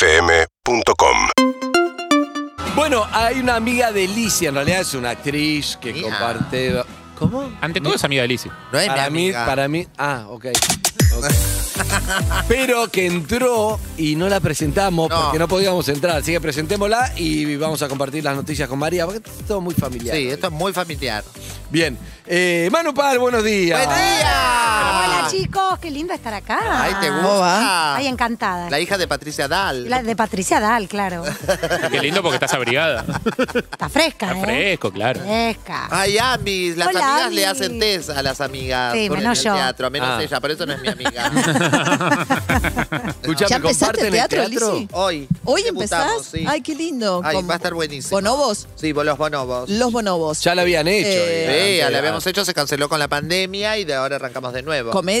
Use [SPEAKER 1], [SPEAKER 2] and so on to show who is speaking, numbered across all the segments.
[SPEAKER 1] UrbanaPlayFM.com
[SPEAKER 2] Bueno, hay una amiga de Licia, en realidad es una actriz que
[SPEAKER 3] Mía.
[SPEAKER 2] comparte. ¿Cómo?
[SPEAKER 4] Ante todo es amiga de Lizzie.
[SPEAKER 3] No es mi
[SPEAKER 2] Para mí,
[SPEAKER 3] amiga.
[SPEAKER 2] para mí. Ah, ok. ok. Pero que entró y no la presentamos
[SPEAKER 3] No.
[SPEAKER 2] porque no podíamos entrar. Así que presentémosla y vamos a compartir las noticias con María, porque esto es todo muy familiar.
[SPEAKER 3] Sí, esto es muy familiar.
[SPEAKER 2] Bien. Eh, Manu Pal, buenos días.
[SPEAKER 3] ¡Buen día!
[SPEAKER 5] Hola chicos, qué lindo estar acá.
[SPEAKER 3] Ahí Ah. te gusta.
[SPEAKER 5] Ay, encantada.
[SPEAKER 3] La hija de Patricia Dal.
[SPEAKER 5] La de Patricia Dal, claro.
[SPEAKER 4] Qué lindo porque estás abrigada.
[SPEAKER 5] Está fresca,
[SPEAKER 4] Está
[SPEAKER 5] ¿eh?
[SPEAKER 4] fresco, claro.
[SPEAKER 5] Fresca.
[SPEAKER 3] Ay, Amis, las
[SPEAKER 5] Hola,
[SPEAKER 3] amigas le
[SPEAKER 5] Amis.
[SPEAKER 3] hacen test a las amigas
[SPEAKER 5] Sí,
[SPEAKER 3] por- en
[SPEAKER 5] menos
[SPEAKER 3] el
[SPEAKER 5] yo.
[SPEAKER 3] teatro, menos
[SPEAKER 2] Ah.
[SPEAKER 3] ella, por eso no es mi amiga.
[SPEAKER 2] Escuchame,
[SPEAKER 6] ¿Ya empezaste
[SPEAKER 2] ¿comparten
[SPEAKER 6] el teatro, Lizzy?
[SPEAKER 3] Hoy.
[SPEAKER 6] ¿Hoy
[SPEAKER 3] debutamos,
[SPEAKER 6] empezás?
[SPEAKER 3] Sí.
[SPEAKER 6] Ay, qué lindo.
[SPEAKER 3] Ay,
[SPEAKER 6] Con
[SPEAKER 3] va a estar buenísimo.
[SPEAKER 6] Bonobos,
[SPEAKER 3] Sí, los bonobos.
[SPEAKER 6] los bonobos.
[SPEAKER 2] Ya lo habían hecho.
[SPEAKER 6] Eh,
[SPEAKER 2] digamos.
[SPEAKER 3] Sí, la habíamos hecho, se canceló con la pandemia y de ahora arrancamos de nuevo.
[SPEAKER 6] ¿Comedia?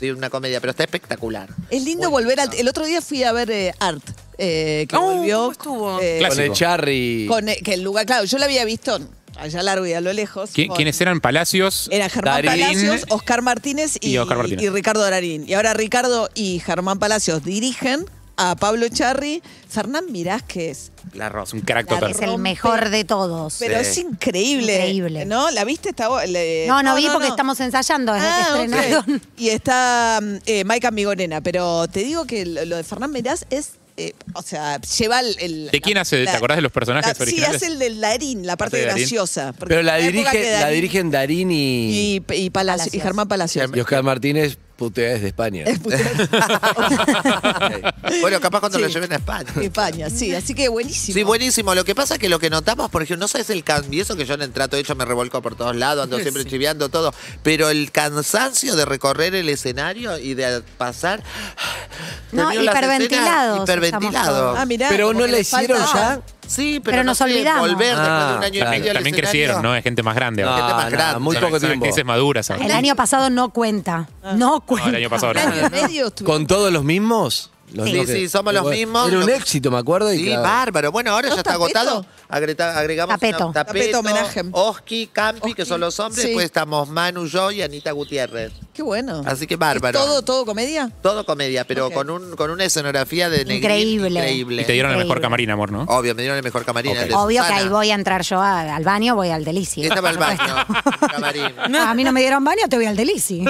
[SPEAKER 3] sí, una comedia, pero está espectacular.
[SPEAKER 6] Es lindo
[SPEAKER 3] Muy
[SPEAKER 6] volver al...
[SPEAKER 3] lindo.
[SPEAKER 6] El otro día fui a ver eh, Art, eh, que
[SPEAKER 2] No,
[SPEAKER 6] volvió.
[SPEAKER 2] Oh, ¿cómo estuvo?
[SPEAKER 6] eh,
[SPEAKER 2] Con el
[SPEAKER 4] Clásico.
[SPEAKER 2] Charry.
[SPEAKER 6] con, eh, que el lugar, claro, yo la había visto allá largo y a lo lejos.
[SPEAKER 4] ¿Qui-
[SPEAKER 6] con-
[SPEAKER 4] ¿Quiénes eran? Palacios.
[SPEAKER 6] Era Germán
[SPEAKER 2] Darín.
[SPEAKER 6] Palacios, Oscar Martínez y,
[SPEAKER 4] Y Oscar Martínez.
[SPEAKER 6] y Ricardo Darín. Y ahora Ricardo y Germán Palacios dirigen a Pablo Charri, Fernán Mirás, que es.
[SPEAKER 4] La Rosa. Un crack
[SPEAKER 5] La que
[SPEAKER 4] total.
[SPEAKER 5] es el
[SPEAKER 6] rompe.
[SPEAKER 5] mejor de todos.
[SPEAKER 6] Pero es increíble.
[SPEAKER 5] Increíble.
[SPEAKER 6] ¿No? ¿La viste? Esta, vo- le-
[SPEAKER 5] no, no, vi porque
[SPEAKER 6] no.
[SPEAKER 5] estamos ensayando desde
[SPEAKER 6] Ah,
[SPEAKER 5] que
[SPEAKER 6] ok.
[SPEAKER 5] estrenaron.
[SPEAKER 6] Y está mm, eh, Maika Migorena, pero te digo que lo, lo de Fernán Meraz es. eh, o sea, lleva el. el-
[SPEAKER 4] ¿De quién hace? ¿Te acordás de los personajes
[SPEAKER 6] Sí,
[SPEAKER 4] originales?
[SPEAKER 6] hace el del Darín, la parte
[SPEAKER 4] ¿Hace de Darín?
[SPEAKER 6] graciosa. porque
[SPEAKER 2] Pero la,
[SPEAKER 6] en época
[SPEAKER 2] dirige,
[SPEAKER 6] que
[SPEAKER 2] la
[SPEAKER 6] Darín
[SPEAKER 2] dirigen Darín y,
[SPEAKER 6] Y, y Palacio- y
[SPEAKER 5] Palacios.
[SPEAKER 6] Germán Palacios.
[SPEAKER 2] y Oscar Martínez, putea desde España.
[SPEAKER 3] Bueno, capaz cuando
[SPEAKER 6] Sí.
[SPEAKER 3] lo lleven a España.
[SPEAKER 6] España, sí, así que buenísimo.
[SPEAKER 3] Sí, buenísimo. Lo que pasa es que lo que notamos, por ejemplo, no sabes el cansancio, eso que yo en el trato hecho me revolco por todos lados, ando siempre chiveando todo, pero el cansancio de recorrer el escenario y de pasar...
[SPEAKER 5] No,
[SPEAKER 3] termino las escenas
[SPEAKER 5] hiperventilados
[SPEAKER 3] Hiperventilados.
[SPEAKER 5] estamos
[SPEAKER 6] Ah, mirá,
[SPEAKER 2] Pero
[SPEAKER 6] como
[SPEAKER 2] no
[SPEAKER 6] que
[SPEAKER 2] le
[SPEAKER 6] les falta-
[SPEAKER 2] hicieron ya.
[SPEAKER 3] Sí, pero,
[SPEAKER 5] Pero
[SPEAKER 3] no
[SPEAKER 5] nos
[SPEAKER 3] sé,
[SPEAKER 5] olvidamos.
[SPEAKER 3] Volver después de un
[SPEAKER 2] Ah,
[SPEAKER 3] año y
[SPEAKER 2] claro.
[SPEAKER 3] medio
[SPEAKER 4] También,
[SPEAKER 3] al
[SPEAKER 4] también
[SPEAKER 3] escenario.
[SPEAKER 4] crecieron, ¿no? Es gente más grande
[SPEAKER 2] No,
[SPEAKER 4] ahora.
[SPEAKER 3] más
[SPEAKER 2] no,
[SPEAKER 3] grande.
[SPEAKER 2] muy
[SPEAKER 4] Son-
[SPEAKER 2] poco
[SPEAKER 4] son
[SPEAKER 2] tiempo.
[SPEAKER 4] actrices maduras ahora.
[SPEAKER 5] El año pasado no cuenta. No cuenta.
[SPEAKER 4] el año pasado
[SPEAKER 6] Un
[SPEAKER 4] no.
[SPEAKER 6] año y medio estuve-
[SPEAKER 2] ¿Con todos los mismos? Los
[SPEAKER 5] Sí.
[SPEAKER 2] mismos
[SPEAKER 3] Sí,
[SPEAKER 2] que-
[SPEAKER 3] sí, somos los
[SPEAKER 2] Bueno,
[SPEAKER 3] mismos.
[SPEAKER 2] Era un
[SPEAKER 3] Lo-
[SPEAKER 2] éxito, me acuerdo. Y
[SPEAKER 3] Sí,
[SPEAKER 2] claro.
[SPEAKER 3] bárbaro. Bueno, ahora ya
[SPEAKER 6] ¿No,
[SPEAKER 3] está
[SPEAKER 6] Tapeto?
[SPEAKER 3] agotado. Agreta- agregamos una-
[SPEAKER 5] Tapeto.
[SPEAKER 6] Tapeto, homenaje.
[SPEAKER 3] Oski, Campi, que son los hombres.
[SPEAKER 6] Sí.
[SPEAKER 3] Después estamos Manu, yo y Anita Gutiérrez.
[SPEAKER 6] Qué bueno.
[SPEAKER 3] Así que bárbaro.
[SPEAKER 6] ¿Es ¿Todo, todo comedia?
[SPEAKER 3] Todo comedia, pero
[SPEAKER 6] Ok.
[SPEAKER 3] con, un, con una escenografía de Negrín
[SPEAKER 5] Increíble.
[SPEAKER 3] increíble.
[SPEAKER 4] Y te dieron la mejor
[SPEAKER 5] Increíble.
[SPEAKER 4] camarina, amor, ¿no?
[SPEAKER 3] Obvio, me dieron el mejor camarín.
[SPEAKER 4] Ok.
[SPEAKER 3] el de
[SPEAKER 5] Obvio que
[SPEAKER 3] Susana.
[SPEAKER 5] ahí voy a entrar yo a- al baño, voy al delici.
[SPEAKER 3] Y estaba el baño, el camarín.
[SPEAKER 5] A mí no me dieron baño, te voy al delici.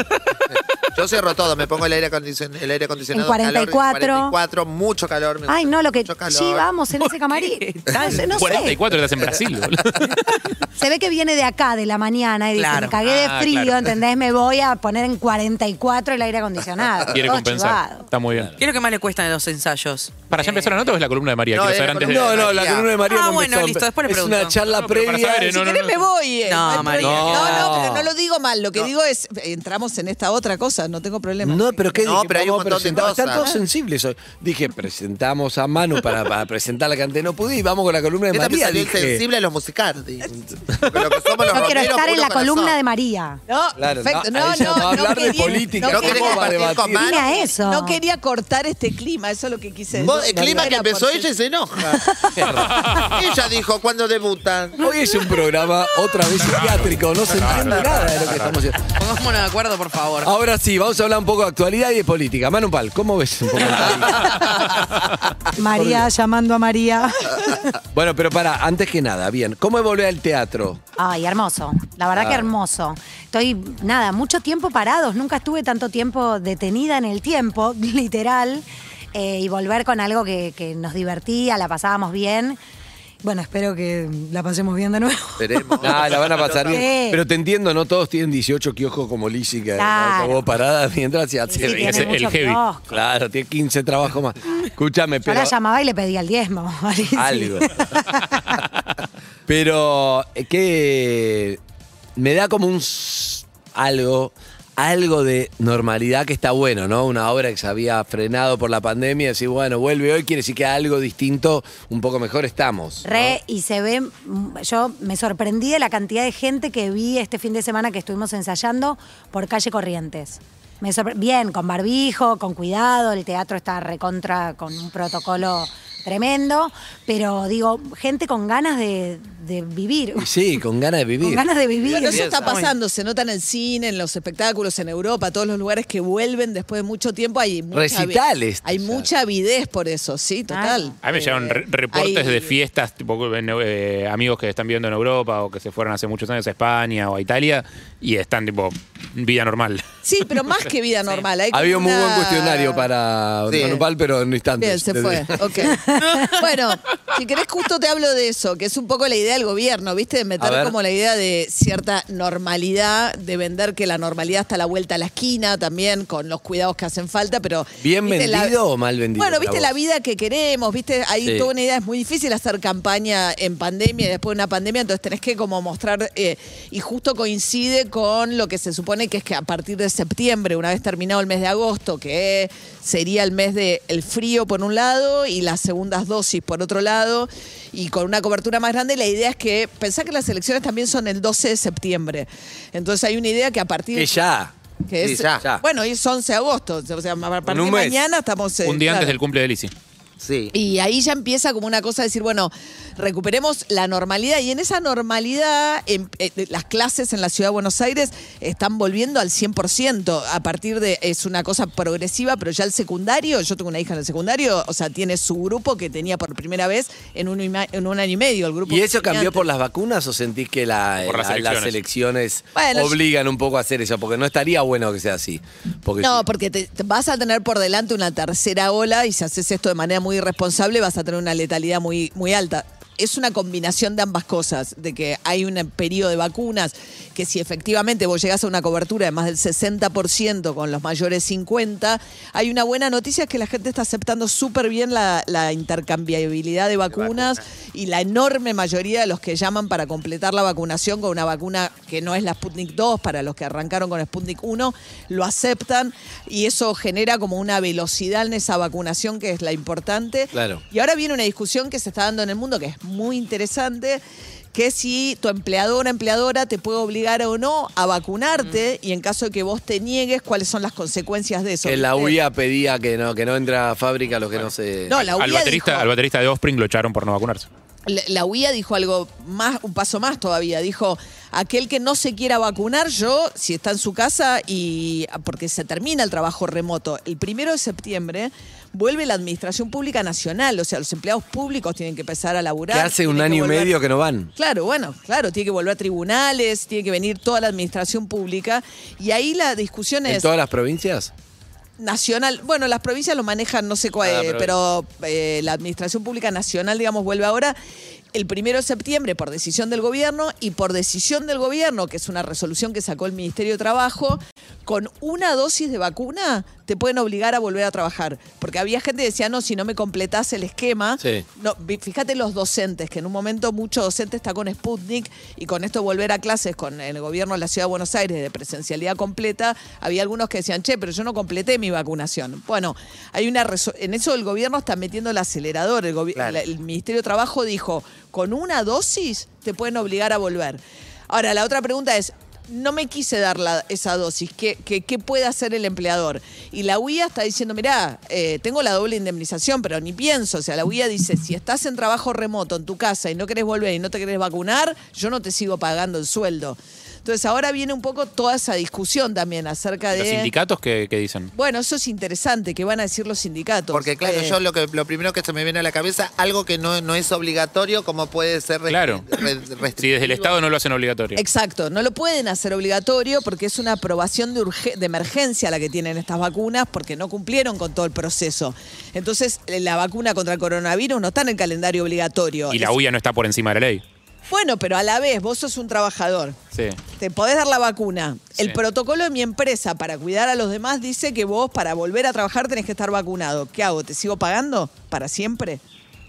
[SPEAKER 3] Yo cierro todo, me pongo el aire, acondicion- el aire acondicionado.
[SPEAKER 5] En 44.
[SPEAKER 3] calor, 44, mucho calor. me
[SPEAKER 5] Ay,
[SPEAKER 3] gusta,
[SPEAKER 5] no, lo que
[SPEAKER 3] mucho calor.
[SPEAKER 5] llevamos en ese camarín. Ay, No sé.
[SPEAKER 4] 44 estás en Brasil, boludo.
[SPEAKER 5] Se ve que viene de acá, de la mañana, y dice,
[SPEAKER 3] Claro.
[SPEAKER 5] me cagué de
[SPEAKER 4] Ah,
[SPEAKER 5] frío,
[SPEAKER 4] claro.
[SPEAKER 5] ¿entendés? Me voy a poner en 44 el aire acondicionado.
[SPEAKER 4] Quiere
[SPEAKER 5] Todo
[SPEAKER 4] compensar.
[SPEAKER 5] chivado. Eh.
[SPEAKER 4] Está muy bien.
[SPEAKER 7] ¿Qué es lo que más le cuestan los ensayos?
[SPEAKER 4] ¿Para ya empezar la nota o es la columna de María?
[SPEAKER 3] No,
[SPEAKER 4] Quiero saber
[SPEAKER 3] era
[SPEAKER 4] antes de...
[SPEAKER 2] Eh, No, no, la
[SPEAKER 3] María.
[SPEAKER 2] columna de María
[SPEAKER 7] Ah,
[SPEAKER 2] no me
[SPEAKER 7] bueno,
[SPEAKER 2] son-
[SPEAKER 7] listo, después le
[SPEAKER 2] Es
[SPEAKER 7] pregunto.
[SPEAKER 2] una charla
[SPEAKER 4] No, pero para
[SPEAKER 2] previa.
[SPEAKER 4] saber, ¿eh?
[SPEAKER 6] Si
[SPEAKER 4] no,
[SPEAKER 6] querés
[SPEAKER 4] no.
[SPEAKER 6] me voy. eh,
[SPEAKER 7] No,
[SPEAKER 6] hay
[SPEAKER 7] María.
[SPEAKER 6] problema.
[SPEAKER 2] No.
[SPEAKER 6] No, no, pero no lo digo mal. Lo que digo es, eh, entramos en esta otra cosa, no tengo problema.
[SPEAKER 2] No, pero qué
[SPEAKER 3] No,
[SPEAKER 2] dije,
[SPEAKER 3] pero hay un
[SPEAKER 2] vamos a
[SPEAKER 3] montón de
[SPEAKER 2] presentar- Están
[SPEAKER 3] cosas.
[SPEAKER 2] todos sensibles hoy. Dije, presentamos a Manu para, para presentar la que antes no pude y vamos con la columna de
[SPEAKER 3] Yo también
[SPEAKER 2] María.
[SPEAKER 3] soy
[SPEAKER 2] dije.
[SPEAKER 3] insensible a los musicardi. Porque lo que somos los
[SPEAKER 5] Yo quiero
[SPEAKER 3] rockeros,
[SPEAKER 5] estar en
[SPEAKER 3] puro
[SPEAKER 5] la columna de
[SPEAKER 3] corazón.
[SPEAKER 5] María.
[SPEAKER 6] No,
[SPEAKER 2] Claro,
[SPEAKER 6] perfecto.
[SPEAKER 2] no,
[SPEAKER 6] No,
[SPEAKER 2] ahí ya
[SPEAKER 6] no,
[SPEAKER 2] va a
[SPEAKER 6] no
[SPEAKER 2] hablar de
[SPEAKER 6] quería-
[SPEAKER 2] política,
[SPEAKER 3] no
[SPEAKER 6] quería
[SPEAKER 3] querés
[SPEAKER 6] compartir
[SPEAKER 2] compartir
[SPEAKER 6] con
[SPEAKER 3] con Manu.
[SPEAKER 6] Manu.
[SPEAKER 5] Vine a eso.
[SPEAKER 6] No quería cortar este clima, eso es lo que quise decir.
[SPEAKER 3] Vos, el clima
[SPEAKER 6] No
[SPEAKER 3] que
[SPEAKER 6] era
[SPEAKER 3] empezó
[SPEAKER 6] porque-
[SPEAKER 3] ella y se enoja. ella dijo, ¿cuándo debutan?
[SPEAKER 2] Hoy es un programa otra vez psiquiátrico, no se entiende nada de lo que estamos haciendo.
[SPEAKER 7] Pongámonos de acuerdo, por favor.
[SPEAKER 2] Ahora sí, vamos a hablar un poco de actualidad y de política. Manu Pal, ¿cómo ves un poco el país?
[SPEAKER 5] María llamando a María.
[SPEAKER 2] Bueno, pero para, antes que nada, bien, ¿cómo es volver al teatro?
[SPEAKER 5] Ay, hermoso. La verdad que hermoso. Estoy, nada, mucho tiempo parados. Nunca estuve tanto tiempo detenida en el tiempo, literal. Eh, y volver con algo que, que nos divertía, la pasábamos bien. Bueno, espero que la pasemos bien de nuevo.
[SPEAKER 3] Esperemos.
[SPEAKER 2] Ah, la van a pasar bien.
[SPEAKER 5] Sí.
[SPEAKER 2] Pero te entiendo, no todos tienen 18 kioscos como Lizzy, que
[SPEAKER 5] Claro.
[SPEAKER 2] como parada mientras se hace.
[SPEAKER 5] Sí, tiene
[SPEAKER 4] ese- el
[SPEAKER 5] mucho
[SPEAKER 4] heavy.
[SPEAKER 5] kiosco.
[SPEAKER 2] Claro, tiene 15 trabajos más. Escúchame,
[SPEAKER 5] Yo
[SPEAKER 2] pero.
[SPEAKER 5] la llamaba y le pedía el diezmo. Alicia.
[SPEAKER 2] Algo. pero eh, que me da como un s- algo, algo de normalidad que está bueno, ¿no? Una obra que se había frenado por la pandemia, decir, bueno, vuelve hoy, quiere decir que algo distinto, un poco mejor estamos. ¿no?
[SPEAKER 5] Re, y se ve, mm, yo me sorprendí de la cantidad de gente que vi este fin de semana que estuvimos ensayando por calle Corrientes. Me sorpre- Bien, con barbijo, con cuidado, el teatro está recontra con un protocolo tremendo, pero digo, gente con ganas de, de vivir.
[SPEAKER 2] Y Sí, con ganas de
[SPEAKER 5] Con
[SPEAKER 2] vivir.
[SPEAKER 5] ganas de vivir.
[SPEAKER 6] Bueno, eso está
[SPEAKER 3] Empieza.
[SPEAKER 6] pasando, se nota en el cine, en los espectáculos, en Europa, todos los lugares que vuelven después de mucho tiempo. Hay mucha vi-
[SPEAKER 2] Recitales,
[SPEAKER 6] Hay
[SPEAKER 2] o sea.
[SPEAKER 6] mucha avidez por eso, sí, total.
[SPEAKER 4] A mí me llegaron re- reportes
[SPEAKER 6] hay-
[SPEAKER 4] de fiestas, tipo, en- eh, amigos que están viviendo en Europa o que se fueron hace muchos años a España o a Italia y están tipo vida normal.
[SPEAKER 6] Sí, pero más que vida normal. hay como
[SPEAKER 2] Había un muy buen
[SPEAKER 6] una-
[SPEAKER 2] cuestionario para
[SPEAKER 3] Sí.
[SPEAKER 2] Normal, pero en instantes.
[SPEAKER 6] Bien, se fue. Ok. bueno, si querés, justo te hablo de eso, que es un poco la idea del gobierno, ¿viste? De
[SPEAKER 2] A ver.
[SPEAKER 6] meter como la idea de cierta normalidad, de vender que la normalidad está a la vuelta a la esquina también, con los cuidados que hacen falta, pero.
[SPEAKER 2] ¿Bien
[SPEAKER 6] ¿viste la-
[SPEAKER 2] vendido o mal vendido
[SPEAKER 6] Bueno,
[SPEAKER 2] para
[SPEAKER 6] ¿viste la
[SPEAKER 2] vos?
[SPEAKER 6] vida que queremos? ¿Viste? Hay
[SPEAKER 2] Sí.
[SPEAKER 6] toda una idea, es muy difícil hacer campaña en pandemia y después de una pandemia, entonces tenés que como mostrar. eh, y justo coincide con lo que se supone que es que a partir de septiembre, una vez terminado el mes de agosto, que sería el mes del el frío por un lado y las segundas dosis por otro lado, y con una cobertura más grande, la idea es que. Pensá que las elecciones también son el 12 de septiembre. Entonces hay una idea que a partir.
[SPEAKER 2] Que ya.
[SPEAKER 6] que
[SPEAKER 3] sí,
[SPEAKER 6] es-
[SPEAKER 3] ya.
[SPEAKER 2] Ya.
[SPEAKER 6] Bueno, hoy es 11 de agosto, o sea, a partir de
[SPEAKER 2] un mes.
[SPEAKER 6] mañana estamos... eh,
[SPEAKER 4] Un día antes
[SPEAKER 6] claro.
[SPEAKER 4] del cumple de Lizzie.
[SPEAKER 3] Sí.
[SPEAKER 6] Y ahí ya empieza como una cosa de decir, bueno, recuperemos la normalidad. Y en esa normalidad, em- eh, de- las clases en la ciudad de Buenos Aires están volviendo al 100%. A partir de, es una cosa progresiva, pero ya el secundario, yo tengo una hija en el secundario, o sea, tiene su grupo que tenía por primera vez en un, y ma- en un año y medio. El grupo
[SPEAKER 2] ¿Y
[SPEAKER 6] que
[SPEAKER 2] eso
[SPEAKER 6] tenía
[SPEAKER 2] cambió
[SPEAKER 6] antes.
[SPEAKER 2] por las vacunas o sentís que la- eh,
[SPEAKER 4] Por las
[SPEAKER 2] la- las
[SPEAKER 4] elecciones.
[SPEAKER 2] elecciones
[SPEAKER 6] Bueno, yo-
[SPEAKER 2] obligan un poco a hacer eso? Porque no estaría bueno que sea así. Porque
[SPEAKER 6] No,
[SPEAKER 2] si-
[SPEAKER 6] porque te, te vas a tener por delante una tercera ola y si haces esto de manera muy irresponsable vas a tener una letalidad muy, muy alta. Es una combinación de ambas cosas, de que hay un periodo de vacunas, que si efectivamente vos llegás a una cobertura de más del 60% con los mayores 50, hay una buena noticia es que la gente está aceptando súper bien la, la intercambiabilidad de vacunas y la enorme mayoría de los que llaman para completar la vacunación con una vacuna que no es la Sputnik 2, para los que arrancaron con Sputnik 1, lo aceptan y eso genera como una velocidad en esa vacunación que es la importante.
[SPEAKER 2] Claro.
[SPEAKER 6] Y ahora viene una discusión que se está dando en el mundo que es muy interesante que si tu empleadora, empleadora te puede obligar o no a vacunarte y en caso de que vos te niegues, cuáles son las consecuencias de eso.
[SPEAKER 2] que la
[SPEAKER 6] ¿viste?
[SPEAKER 2] UIA pedía que no, que no entra a fábrica los que no se.
[SPEAKER 6] No, la
[SPEAKER 4] Eh, al,
[SPEAKER 6] UIA
[SPEAKER 4] baterista,
[SPEAKER 6] dijo-
[SPEAKER 4] al baterista de Offspring lo echaron por no vacunarse.
[SPEAKER 6] La, la UIA dijo algo más, un paso más todavía. Dijo, aquel que no se quiera vacunar, yo, si está en su casa y porque se termina el trabajo remoto, el primero de septiembre vuelve la Administración Pública Nacional, o sea, los empleados públicos tienen que empezar a
[SPEAKER 2] que
[SPEAKER 6] laburar.
[SPEAKER 2] hace un
[SPEAKER 6] tienen que
[SPEAKER 2] año y
[SPEAKER 6] volver-
[SPEAKER 2] medio que no van.
[SPEAKER 6] Claro, bueno, claro, tiene que volver a tribunales, tiene que venir toda la administración pública y ahí la discusión
[SPEAKER 2] ¿En
[SPEAKER 6] es
[SPEAKER 2] todas las provincias?
[SPEAKER 6] nacional, bueno, las provincias lo manejan, no sé cuál,
[SPEAKER 2] Cada
[SPEAKER 6] eh, pero eh, la Administración Pública Nacional, digamos, vuelve ahora el primero de septiembre por decisión del gobierno y por decisión del gobierno, que es una resolución que sacó el Ministerio de Trabajo, con una dosis de vacuna te pueden obligar a volver a trabajar. Porque había gente que decía, no, si no me completás el esquema,
[SPEAKER 2] Sí.
[SPEAKER 6] no, vi- fíjate los docentes, que en un momento mucho docente está con Sputnik y con esto de volver a clases con el gobierno de la Ciudad de Buenos Aires de presencialidad completa, había algunos que decían, che, pero yo no completé mi vacunación. Bueno, hay una reso- en eso el gobierno está metiendo el acelerador. El, gobi- la- el Ministerio de Trabajo dijo, con una dosis te pueden obligar a volver. Ahora, la otra pregunta es, no me quise dar la- esa dosis, ¿qué, qué, qué puede hacer el empleador? Y la UIA está diciendo, mirá, eh, tengo la doble indemnización, pero ni pienso. O sea, la UIA dice, si estás en trabajo remoto en tu casa y no querés volver y no te querés vacunar, yo no te sigo pagando el sueldo. Entonces ahora viene un poco toda esa discusión también acerca
[SPEAKER 4] ¿Los
[SPEAKER 6] de...
[SPEAKER 4] sindicatos qué, qué dicen?
[SPEAKER 6] Bueno, eso es interesante, que van a decir los sindicatos.
[SPEAKER 3] Porque claro,
[SPEAKER 6] Eh,
[SPEAKER 3] yo lo que lo primero que se me viene a la cabeza, algo que no, no es obligatorio, como puede ser restri-
[SPEAKER 4] Claro.
[SPEAKER 3] re- restrictivo.
[SPEAKER 4] Si desde el Estado no lo hacen obligatorio.
[SPEAKER 6] Exacto, no lo pueden hacer obligatorio porque es una aprobación de, urge- de emergencia la que tienen estas vacunas porque no cumplieron con todo el proceso. Entonces, eh, la vacuna contra el coronavirus no está en el calendario obligatorio.
[SPEAKER 4] Y la
[SPEAKER 6] Es-
[SPEAKER 4] UIA no está por encima de la ley.
[SPEAKER 6] Bueno, pero a la vez, vos sos un trabajador.
[SPEAKER 4] Sí.
[SPEAKER 6] Te podés dar la vacuna.
[SPEAKER 4] Sí.
[SPEAKER 6] El protocolo de mi empresa para cuidar a los demás dice que vos para volver a trabajar tenés que estar vacunado. ¿Qué hago? ¿Te sigo pagando para siempre?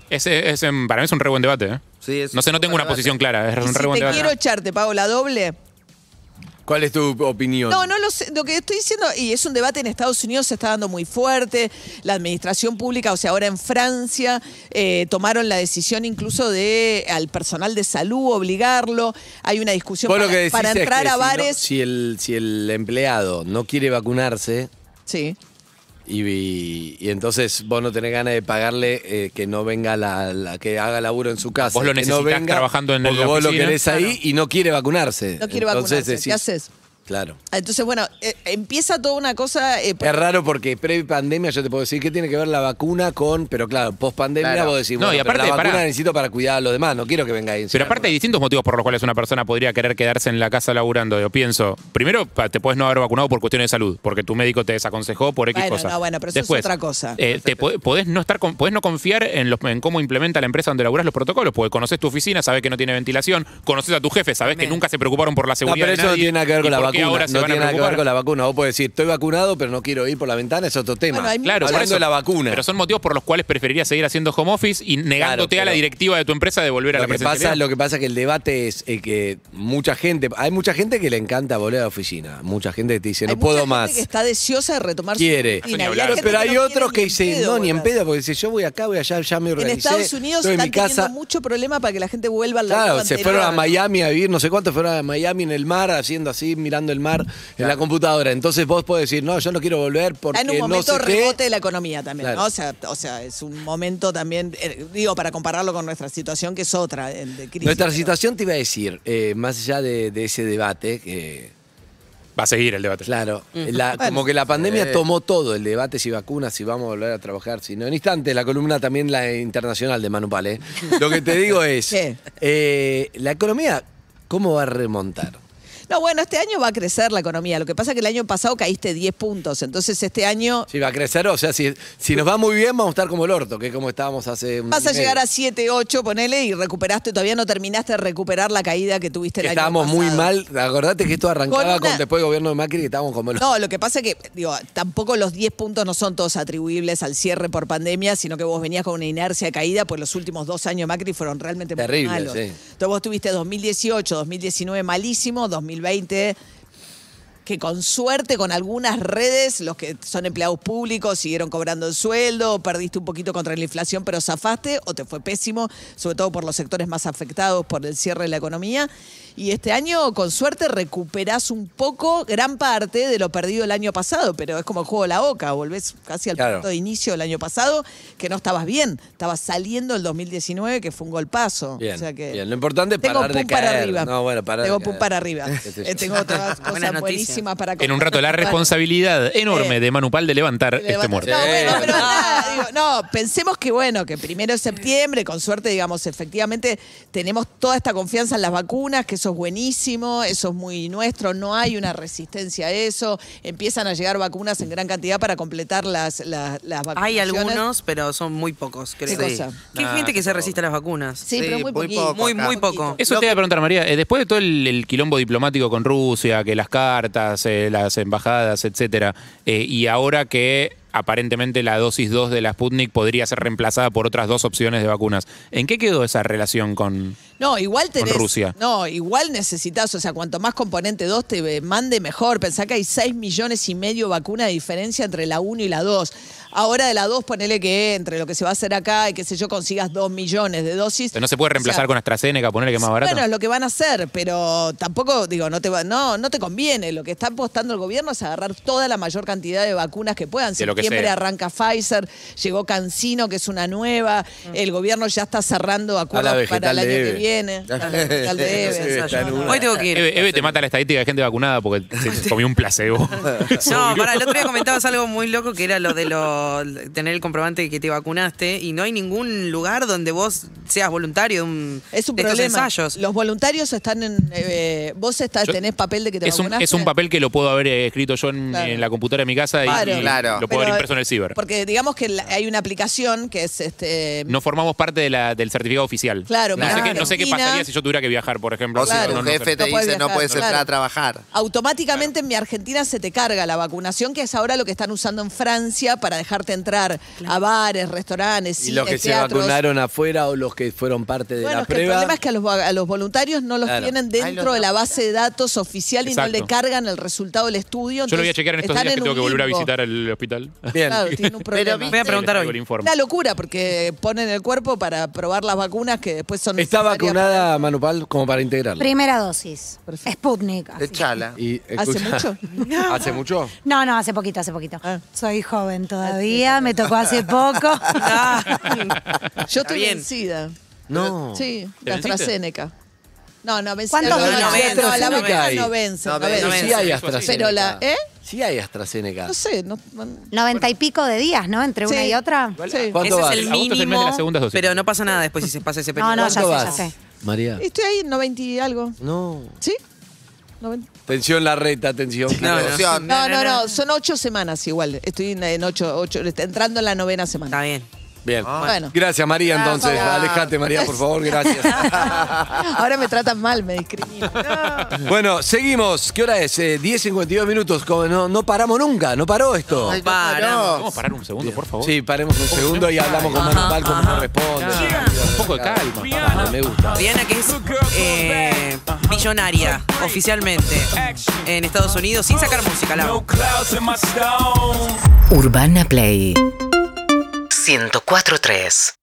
[SPEAKER 4] Ese, ese, para mí es un re buen debate. ¿eh?
[SPEAKER 3] Sí, es
[SPEAKER 4] no sé,
[SPEAKER 3] un
[SPEAKER 4] no tengo
[SPEAKER 3] buen
[SPEAKER 4] una
[SPEAKER 3] debate.
[SPEAKER 4] posición clara. Es
[SPEAKER 6] Y
[SPEAKER 4] un
[SPEAKER 6] si
[SPEAKER 4] re buen
[SPEAKER 6] te
[SPEAKER 4] debate.
[SPEAKER 6] quiero echar, te pago la doble.
[SPEAKER 2] ¿Cuál es tu opinión?
[SPEAKER 6] No, no lo sé. Lo que estoy diciendo, y es un debate en Estados Unidos, se está dando muy fuerte. La administración pública, o sea, ahora en Francia, eh, tomaron la decisión incluso de al personal de salud obligarlo. Hay una discusión
[SPEAKER 2] Vos lo
[SPEAKER 6] para,
[SPEAKER 2] que decís
[SPEAKER 6] para
[SPEAKER 2] es que
[SPEAKER 6] entrar
[SPEAKER 2] si
[SPEAKER 6] a
[SPEAKER 2] no-
[SPEAKER 6] bares.
[SPEAKER 2] si, el, si el empleado no quiere vacunarse,
[SPEAKER 6] sí.
[SPEAKER 2] Y, y- y entonces vos no tenés ganas de pagarle eh, que no venga la, la que haga laburo en su casa.
[SPEAKER 4] Vos lo
[SPEAKER 2] que no
[SPEAKER 4] necesitás
[SPEAKER 2] venga
[SPEAKER 4] trabajando en
[SPEAKER 2] porque
[SPEAKER 4] la
[SPEAKER 2] vos lo
[SPEAKER 4] oficina.
[SPEAKER 2] querés ahí y no quiere vacunarse.
[SPEAKER 6] No quiere
[SPEAKER 2] Entonces
[SPEAKER 6] vacunarse.
[SPEAKER 2] decís-
[SPEAKER 6] ¿Qué haces?
[SPEAKER 2] Claro.
[SPEAKER 6] Ah, Entonces, bueno, eh, empieza toda una cosa. eh,
[SPEAKER 2] Es raro porque pre-pandemia yo te puedo decir que tiene que ver la vacuna con, pero claro, post-pandemia
[SPEAKER 3] Claro.
[SPEAKER 2] vos decís,
[SPEAKER 4] No,
[SPEAKER 2] bueno,
[SPEAKER 4] y
[SPEAKER 2] pero
[SPEAKER 4] aparte,
[SPEAKER 2] la vacuna
[SPEAKER 4] pará.
[SPEAKER 2] necesito para cuidar a los demás, no quiero que venga ahí.
[SPEAKER 4] Pero aparte hay distintos motivos por los cuales una persona podría querer quedarse en la casa laburando. Yo pienso, primero, pa- te puedes no haber vacunado por cuestiones de salud, porque tu médico te desaconsejó por X
[SPEAKER 6] Bueno,
[SPEAKER 4] cosas.
[SPEAKER 6] no, bueno, pero eso es otra cosa.
[SPEAKER 4] eh, te po- podés no estar con- podés no confiar en los en cómo implementa la empresa donde laburás los protocolos, porque conoces tu oficina, sabes que no tiene ventilación, conoces a tu jefe, sabes que
[SPEAKER 7] Bien.
[SPEAKER 4] nunca se preocuparon por la
[SPEAKER 2] No,
[SPEAKER 4] seguridad.
[SPEAKER 2] pero
[SPEAKER 4] de
[SPEAKER 2] eso no
[SPEAKER 4] nadie,
[SPEAKER 2] tiene nada que ver
[SPEAKER 4] ¿y
[SPEAKER 2] con la
[SPEAKER 4] por qué
[SPEAKER 2] vacuna.
[SPEAKER 4] ahora se
[SPEAKER 2] no
[SPEAKER 4] van a
[SPEAKER 2] tiene nada que ver
[SPEAKER 4] preocupar?
[SPEAKER 2] con la vacuna. Vos podés decir, estoy vacunado, pero no quiero ir por la ventana, es otro tema.
[SPEAKER 6] Bueno, hay
[SPEAKER 4] Claro, por
[SPEAKER 2] Hablando
[SPEAKER 4] eso.
[SPEAKER 2] de la vacuna.
[SPEAKER 4] Pero son motivos por los cuales preferirías seguir haciendo home office y negándote a la
[SPEAKER 2] pero-
[SPEAKER 4] directiva de tu empresa de volver a la
[SPEAKER 2] lo que, pasa,
[SPEAKER 4] presencialidad.
[SPEAKER 2] lo que pasa es que el debate es eh, que mucha gente, hay mucha gente que le encanta volver a la oficina, mucha gente que te dice,
[SPEAKER 6] hay
[SPEAKER 2] no
[SPEAKER 6] mucha
[SPEAKER 2] puedo
[SPEAKER 6] gente
[SPEAKER 2] más.
[SPEAKER 6] que está deseosa de retomar
[SPEAKER 2] quiere.
[SPEAKER 6] su rutina.
[SPEAKER 4] Eso ni
[SPEAKER 6] Y
[SPEAKER 4] hablar.
[SPEAKER 6] gente
[SPEAKER 2] pero
[SPEAKER 6] que
[SPEAKER 2] hay
[SPEAKER 6] no
[SPEAKER 2] otros
[SPEAKER 6] quiere
[SPEAKER 2] que
[SPEAKER 6] ni en
[SPEAKER 2] dicen,
[SPEAKER 6] pedo
[SPEAKER 2] no, ni en
[SPEAKER 6] volver.
[SPEAKER 2] pedo, porque dice, yo voy acá, voy allá, ya me
[SPEAKER 6] En
[SPEAKER 2] organicé.
[SPEAKER 6] Estados Unidos
[SPEAKER 2] estoy en
[SPEAKER 6] están
[SPEAKER 2] mi casa.
[SPEAKER 6] teniendo mucho problema para que la gente vuelva al
[SPEAKER 2] Claro,
[SPEAKER 6] laburo
[SPEAKER 2] se
[SPEAKER 6] anterior.
[SPEAKER 2] fueron a Miami a vivir, no sé cuántos fueron a Miami en el mar, haciendo así, mirando el mar en la computadora. Entonces vos podés decir, no, yo no quiero volver porque
[SPEAKER 6] Está Ah, en un
[SPEAKER 2] no sé
[SPEAKER 6] momento
[SPEAKER 2] qué.
[SPEAKER 6] rebote de la economía también,
[SPEAKER 2] Claro.
[SPEAKER 6] ¿no? O sea, o sea, es un momento también, eh, digo, para compararlo con nuestra situación, que es otra, eh, de crisis.
[SPEAKER 2] Nuestra
[SPEAKER 6] pero-
[SPEAKER 2] situación te iba a decir, eh, más allá de, de ese debate, que
[SPEAKER 4] Va a seguir el debate.
[SPEAKER 2] claro, la- como que la pandemia tomó todo, el debate si vacunas, si vamos a volver a trabajar, si no. En instante, la columna también la internacional de Manu Palé. Lo que te digo es,
[SPEAKER 6] ¿Qué?
[SPEAKER 2] eh, la economía, ¿cómo va a remontar?
[SPEAKER 6] No, bueno, este año va a crecer la economía. Lo que pasa es que el año pasado caíste 10 puntos. Entonces, este año
[SPEAKER 2] Si va a crecer, o sea, si, si nos va muy bien, vamos a estar como el orto, que es como estábamos hace un
[SPEAKER 6] vas a
[SPEAKER 2] año y
[SPEAKER 6] llegar
[SPEAKER 2] medio.
[SPEAKER 6] a 7, 8, ponele, y recuperaste, todavía no terminaste de recuperar la caída que tuviste el
[SPEAKER 2] Que
[SPEAKER 6] año
[SPEAKER 2] estábamos
[SPEAKER 6] pasado.
[SPEAKER 2] muy mal. Acordate que esto arrancaba
[SPEAKER 6] Con
[SPEAKER 2] con,
[SPEAKER 6] una-
[SPEAKER 2] después del gobierno de Macri, que estábamos como los.
[SPEAKER 6] No, lo que pasa es que, digo, tampoco los 10 puntos no son todos atribuibles al cierre por pandemia, sino que vos venías con una inercia de caída, pues los últimos dos años de Macri fueron realmente muy
[SPEAKER 2] Terrible,
[SPEAKER 6] malos.
[SPEAKER 2] sí.
[SPEAKER 6] Entonces vos tuviste 2018, 2019 malísimo, 2020 que con suerte, con algunas redes, los que son empleados públicos siguieron cobrando el sueldo, perdiste un poquito contra la inflación, pero zafaste o te fue pésimo, sobre todo por los sectores más afectados por el cierre de la economía. Y este año, con suerte, recuperás un poco, gran parte de lo perdido el año pasado, pero es como el juego de la OCA, volvés casi al
[SPEAKER 2] Claro.
[SPEAKER 6] punto de inicio del año pasado, que no estabas bien, estabas saliendo el 2019, que fue un golpazo.
[SPEAKER 2] Bien,
[SPEAKER 6] o sea que
[SPEAKER 2] bien. Lo importante es
[SPEAKER 6] tengo
[SPEAKER 2] parar de
[SPEAKER 6] pum para
[SPEAKER 2] caer.
[SPEAKER 6] arriba.
[SPEAKER 2] No, bueno, parar de
[SPEAKER 6] tengo
[SPEAKER 2] caer.
[SPEAKER 6] pum para arriba.
[SPEAKER 2] Qué sé yo.
[SPEAKER 6] Eh, tengo otras
[SPEAKER 7] Buenas
[SPEAKER 6] cosas
[SPEAKER 7] noticias.
[SPEAKER 6] buenísimas para
[SPEAKER 4] En un rato, la
[SPEAKER 6] contar.
[SPEAKER 4] responsabilidad enorme de Manupal de levantar
[SPEAKER 6] Pero
[SPEAKER 4] este
[SPEAKER 6] va-
[SPEAKER 4] muerto.
[SPEAKER 6] No,
[SPEAKER 2] Sí.
[SPEAKER 6] bueno, pero nada, digo, no, pensemos que bueno, que primero de septiembre, con suerte, digamos, efectivamente tenemos toda esta confianza en las vacunas, que eso es buenísimo, eso es muy nuestro, no hay una resistencia a eso, empiezan a llegar vacunas en gran cantidad para completar las, las, las vacunas.
[SPEAKER 7] Hay algunos, pero son muy pocos, creo.
[SPEAKER 6] ¿Qué cosa?
[SPEAKER 7] Que hay
[SPEAKER 3] Nah,
[SPEAKER 7] gente que se
[SPEAKER 3] no.
[SPEAKER 7] resiste a las vacunas.
[SPEAKER 6] Sí,
[SPEAKER 3] Sí,
[SPEAKER 6] pero muy,
[SPEAKER 3] muy
[SPEAKER 6] poquito.
[SPEAKER 3] poco
[SPEAKER 7] Muy, acá. muy poco.
[SPEAKER 4] Eso te iba a preguntar, María. eh, después de todo el, el quilombo diplomático con Rusia, que las cartas, eh, las embajadas, etcétera, eh, y ahora que aparentemente la dosis 2 de la Sputnik podría ser reemplazada por otras dos opciones de vacunas, ¿en qué quedó esa relación con...?
[SPEAKER 6] No, igual tenés.
[SPEAKER 4] Rusia.
[SPEAKER 6] No, igual necesitas, o sea, cuanto más componente 2 te mande, mejor. Pensá que hay 6 millones y medio vacunas de diferencia entre la 1 y la 2. Ahora de la 2, ponele que entre lo que se va a hacer acá y qué sé yo, consigas 2 millones de
[SPEAKER 4] O
[SPEAKER 6] dosis.
[SPEAKER 4] sea, ¿No se puede reemplazar con AstraZeneca, ponerle que es más barato?
[SPEAKER 6] Bueno, es lo que van a hacer, pero tampoco, digo, no te va, no, no te conviene. Lo que está apostando el gobierno es agarrar toda la mayor cantidad de vacunas que puedan.
[SPEAKER 4] De lo que
[SPEAKER 6] Septiembre
[SPEAKER 4] sea.
[SPEAKER 6] arranca Pfizer, llegó Cancino, que es una nueva.
[SPEAKER 7] Mm.
[SPEAKER 6] El gobierno ya está
[SPEAKER 4] Ah,
[SPEAKER 6] cerrando acuerdos para
[SPEAKER 2] vegetal
[SPEAKER 6] el año
[SPEAKER 2] de
[SPEAKER 6] que
[SPEAKER 2] Eve.
[SPEAKER 6] viene.
[SPEAKER 2] La
[SPEAKER 6] Claro, vegetal de
[SPEAKER 7] Los
[SPEAKER 6] Eve.
[SPEAKER 7] ensayos.
[SPEAKER 2] está en una.
[SPEAKER 7] Hoy tengo que ir.
[SPEAKER 4] Eve, Eve te mata la estadística de gente vacunada porque se comió un placebo.
[SPEAKER 7] No, para el otro día comentabas algo muy loco que era lo de lo, tener el comprobante de que te vacunaste y no hay ningún lugar donde vos seas voluntario de, un,
[SPEAKER 6] Es un
[SPEAKER 7] de estos
[SPEAKER 6] problema.
[SPEAKER 7] ensayos.
[SPEAKER 6] Los voluntarios están en. eh, vos estás,
[SPEAKER 4] Yo-
[SPEAKER 6] tenés papel de que te
[SPEAKER 4] es, un,
[SPEAKER 6] vacunaste.
[SPEAKER 4] es un papel que lo puedo haber eh, escrito yo en,
[SPEAKER 6] Claro.
[SPEAKER 4] en la computadora de mi casa y,
[SPEAKER 3] Claro.
[SPEAKER 4] y
[SPEAKER 3] Claro.
[SPEAKER 4] lo puedo haber
[SPEAKER 6] Pero-
[SPEAKER 4] impreso en el ciber.
[SPEAKER 6] Porque digamos que la- hay una aplicación que es este.
[SPEAKER 4] No formamos parte de la- del certificado oficial.
[SPEAKER 6] Claro,
[SPEAKER 4] no sé,
[SPEAKER 6] claro.
[SPEAKER 4] qué, no sé qué
[SPEAKER 6] Argentina.
[SPEAKER 4] pasaría si yo tuviera que viajar, por ejemplo.
[SPEAKER 3] O si
[SPEAKER 6] Claro.
[SPEAKER 3] tu
[SPEAKER 6] No,
[SPEAKER 3] jefe
[SPEAKER 6] no
[SPEAKER 3] te
[SPEAKER 6] puedes
[SPEAKER 3] dice no
[SPEAKER 6] viajar,
[SPEAKER 3] puedes entrar
[SPEAKER 6] claro.
[SPEAKER 3] a trabajar.
[SPEAKER 6] Automáticamente en mi Argentina se te carga la vacunación, que es ahora lo que están usando en Francia para dejarte entrar a bares, restaurantes,
[SPEAKER 2] Y
[SPEAKER 6] cines,
[SPEAKER 2] los que se
[SPEAKER 6] teatros.
[SPEAKER 2] vacunaron afuera o los que fueron parte de
[SPEAKER 6] Bueno,
[SPEAKER 2] la
[SPEAKER 6] es que el
[SPEAKER 2] prueba.
[SPEAKER 6] problema es que a los, va- a los voluntarios no los
[SPEAKER 2] Claro.
[SPEAKER 6] tienen
[SPEAKER 3] Ahí
[SPEAKER 6] dentro
[SPEAKER 3] los
[SPEAKER 6] de la
[SPEAKER 3] no.
[SPEAKER 6] base de datos oficial y
[SPEAKER 4] Exacto.
[SPEAKER 6] no le cargan el resultado del estudio.
[SPEAKER 4] Yo lo voy a
[SPEAKER 6] entonces
[SPEAKER 4] chequear en estos
[SPEAKER 6] están
[SPEAKER 4] días que
[SPEAKER 6] en
[SPEAKER 4] tengo
[SPEAKER 6] un
[SPEAKER 4] que volver a
[SPEAKER 6] limbo.
[SPEAKER 4] visitar el hospital.
[SPEAKER 2] Bien.
[SPEAKER 6] Claro, tiene
[SPEAKER 3] Pero
[SPEAKER 6] un problema.
[SPEAKER 7] Voy a preguntar
[SPEAKER 4] Les traigo el
[SPEAKER 7] hoy.
[SPEAKER 4] informe.
[SPEAKER 6] Una locura porque ponen el cuerpo para probar las vacunas que después son
[SPEAKER 2] Está
[SPEAKER 6] necesarias
[SPEAKER 2] vacunada Manupal como para integrarla.
[SPEAKER 5] Primera dosis.
[SPEAKER 6] Perfecto.
[SPEAKER 5] Sputnik. así.
[SPEAKER 3] De chala.
[SPEAKER 2] Y,
[SPEAKER 6] ¿Hace
[SPEAKER 2] escucha-
[SPEAKER 6] mucho?
[SPEAKER 2] ¿Hace mucho?
[SPEAKER 5] No, no, hace poquito, hace poquito.
[SPEAKER 6] Ah.
[SPEAKER 5] Soy joven todavía, me tocó hace poco.
[SPEAKER 6] Yo
[SPEAKER 7] Está
[SPEAKER 6] estoy
[SPEAKER 7] bien.
[SPEAKER 6] vencida.
[SPEAKER 2] No.
[SPEAKER 6] Sí,
[SPEAKER 4] ¿Te
[SPEAKER 6] la
[SPEAKER 4] venciste?
[SPEAKER 6] AstraZeneca. No, no, vencida.
[SPEAKER 5] ¿Cuántos
[SPEAKER 6] no,
[SPEAKER 5] dólares?
[SPEAKER 6] no, no,
[SPEAKER 7] Vence,
[SPEAKER 6] la
[SPEAKER 7] AstraZeneca
[SPEAKER 6] vacuna
[SPEAKER 2] hay.
[SPEAKER 6] no vence. No
[SPEAKER 3] No
[SPEAKER 6] vence.
[SPEAKER 2] Pero
[SPEAKER 7] vence.
[SPEAKER 2] sí hay
[SPEAKER 4] Pero
[SPEAKER 2] AstraZeneca.
[SPEAKER 6] Pero la... ¿Eh?
[SPEAKER 2] Sí hay AstraZeneca.
[SPEAKER 6] No sé. No, no-
[SPEAKER 5] Noventa y pico de días, ¿no? Entre una
[SPEAKER 6] Sí.
[SPEAKER 5] y otra.
[SPEAKER 6] sí.
[SPEAKER 2] ¿Cuánto
[SPEAKER 7] Ese
[SPEAKER 2] vas?
[SPEAKER 7] es el
[SPEAKER 4] Agosto es el mes de las
[SPEAKER 7] mínimo,
[SPEAKER 4] segundas dosis.
[SPEAKER 7] pero no pasa nada después si se pasa ese periodo.
[SPEAKER 5] No, ya
[SPEAKER 2] ¿Cuánto vas?
[SPEAKER 5] sé, ya sé.
[SPEAKER 2] María.
[SPEAKER 6] Estoy ahí en 90 y algo.
[SPEAKER 2] No.
[SPEAKER 6] ¿Sí? 90.
[SPEAKER 2] Tensión la recta, tensión.
[SPEAKER 7] No,
[SPEAKER 2] Quiero-
[SPEAKER 7] no,
[SPEAKER 3] Producción.
[SPEAKER 6] No, no, no, son ocho semanas igual. Estoy en, en ocho, ocho, entrando en la novena
[SPEAKER 7] Está
[SPEAKER 6] semana.
[SPEAKER 7] bien.
[SPEAKER 2] Bien.
[SPEAKER 6] Bueno.
[SPEAKER 2] Gracias, María, entonces.
[SPEAKER 6] Ah,
[SPEAKER 2] Alejate, María, por favor, gracias.
[SPEAKER 6] Ahora me tratan mal, me discriminan.
[SPEAKER 2] bueno, seguimos. ¿Qué hora es? Eh, 10.52 minutos. Como No, no paramos nunca, no paró esto.
[SPEAKER 3] Ay, no,
[SPEAKER 7] Paramos.
[SPEAKER 4] Vamos a parar un segundo, por favor.
[SPEAKER 2] Sí, paremos un segundo y hablamos con Manupal como corresponde.
[SPEAKER 4] Un poco de calma.
[SPEAKER 2] Ah, me gusta.
[SPEAKER 7] Rihanna que es eh, millonaria oficialmente en Estados Unidos sin sacar música, la
[SPEAKER 1] Urbana Play 104.3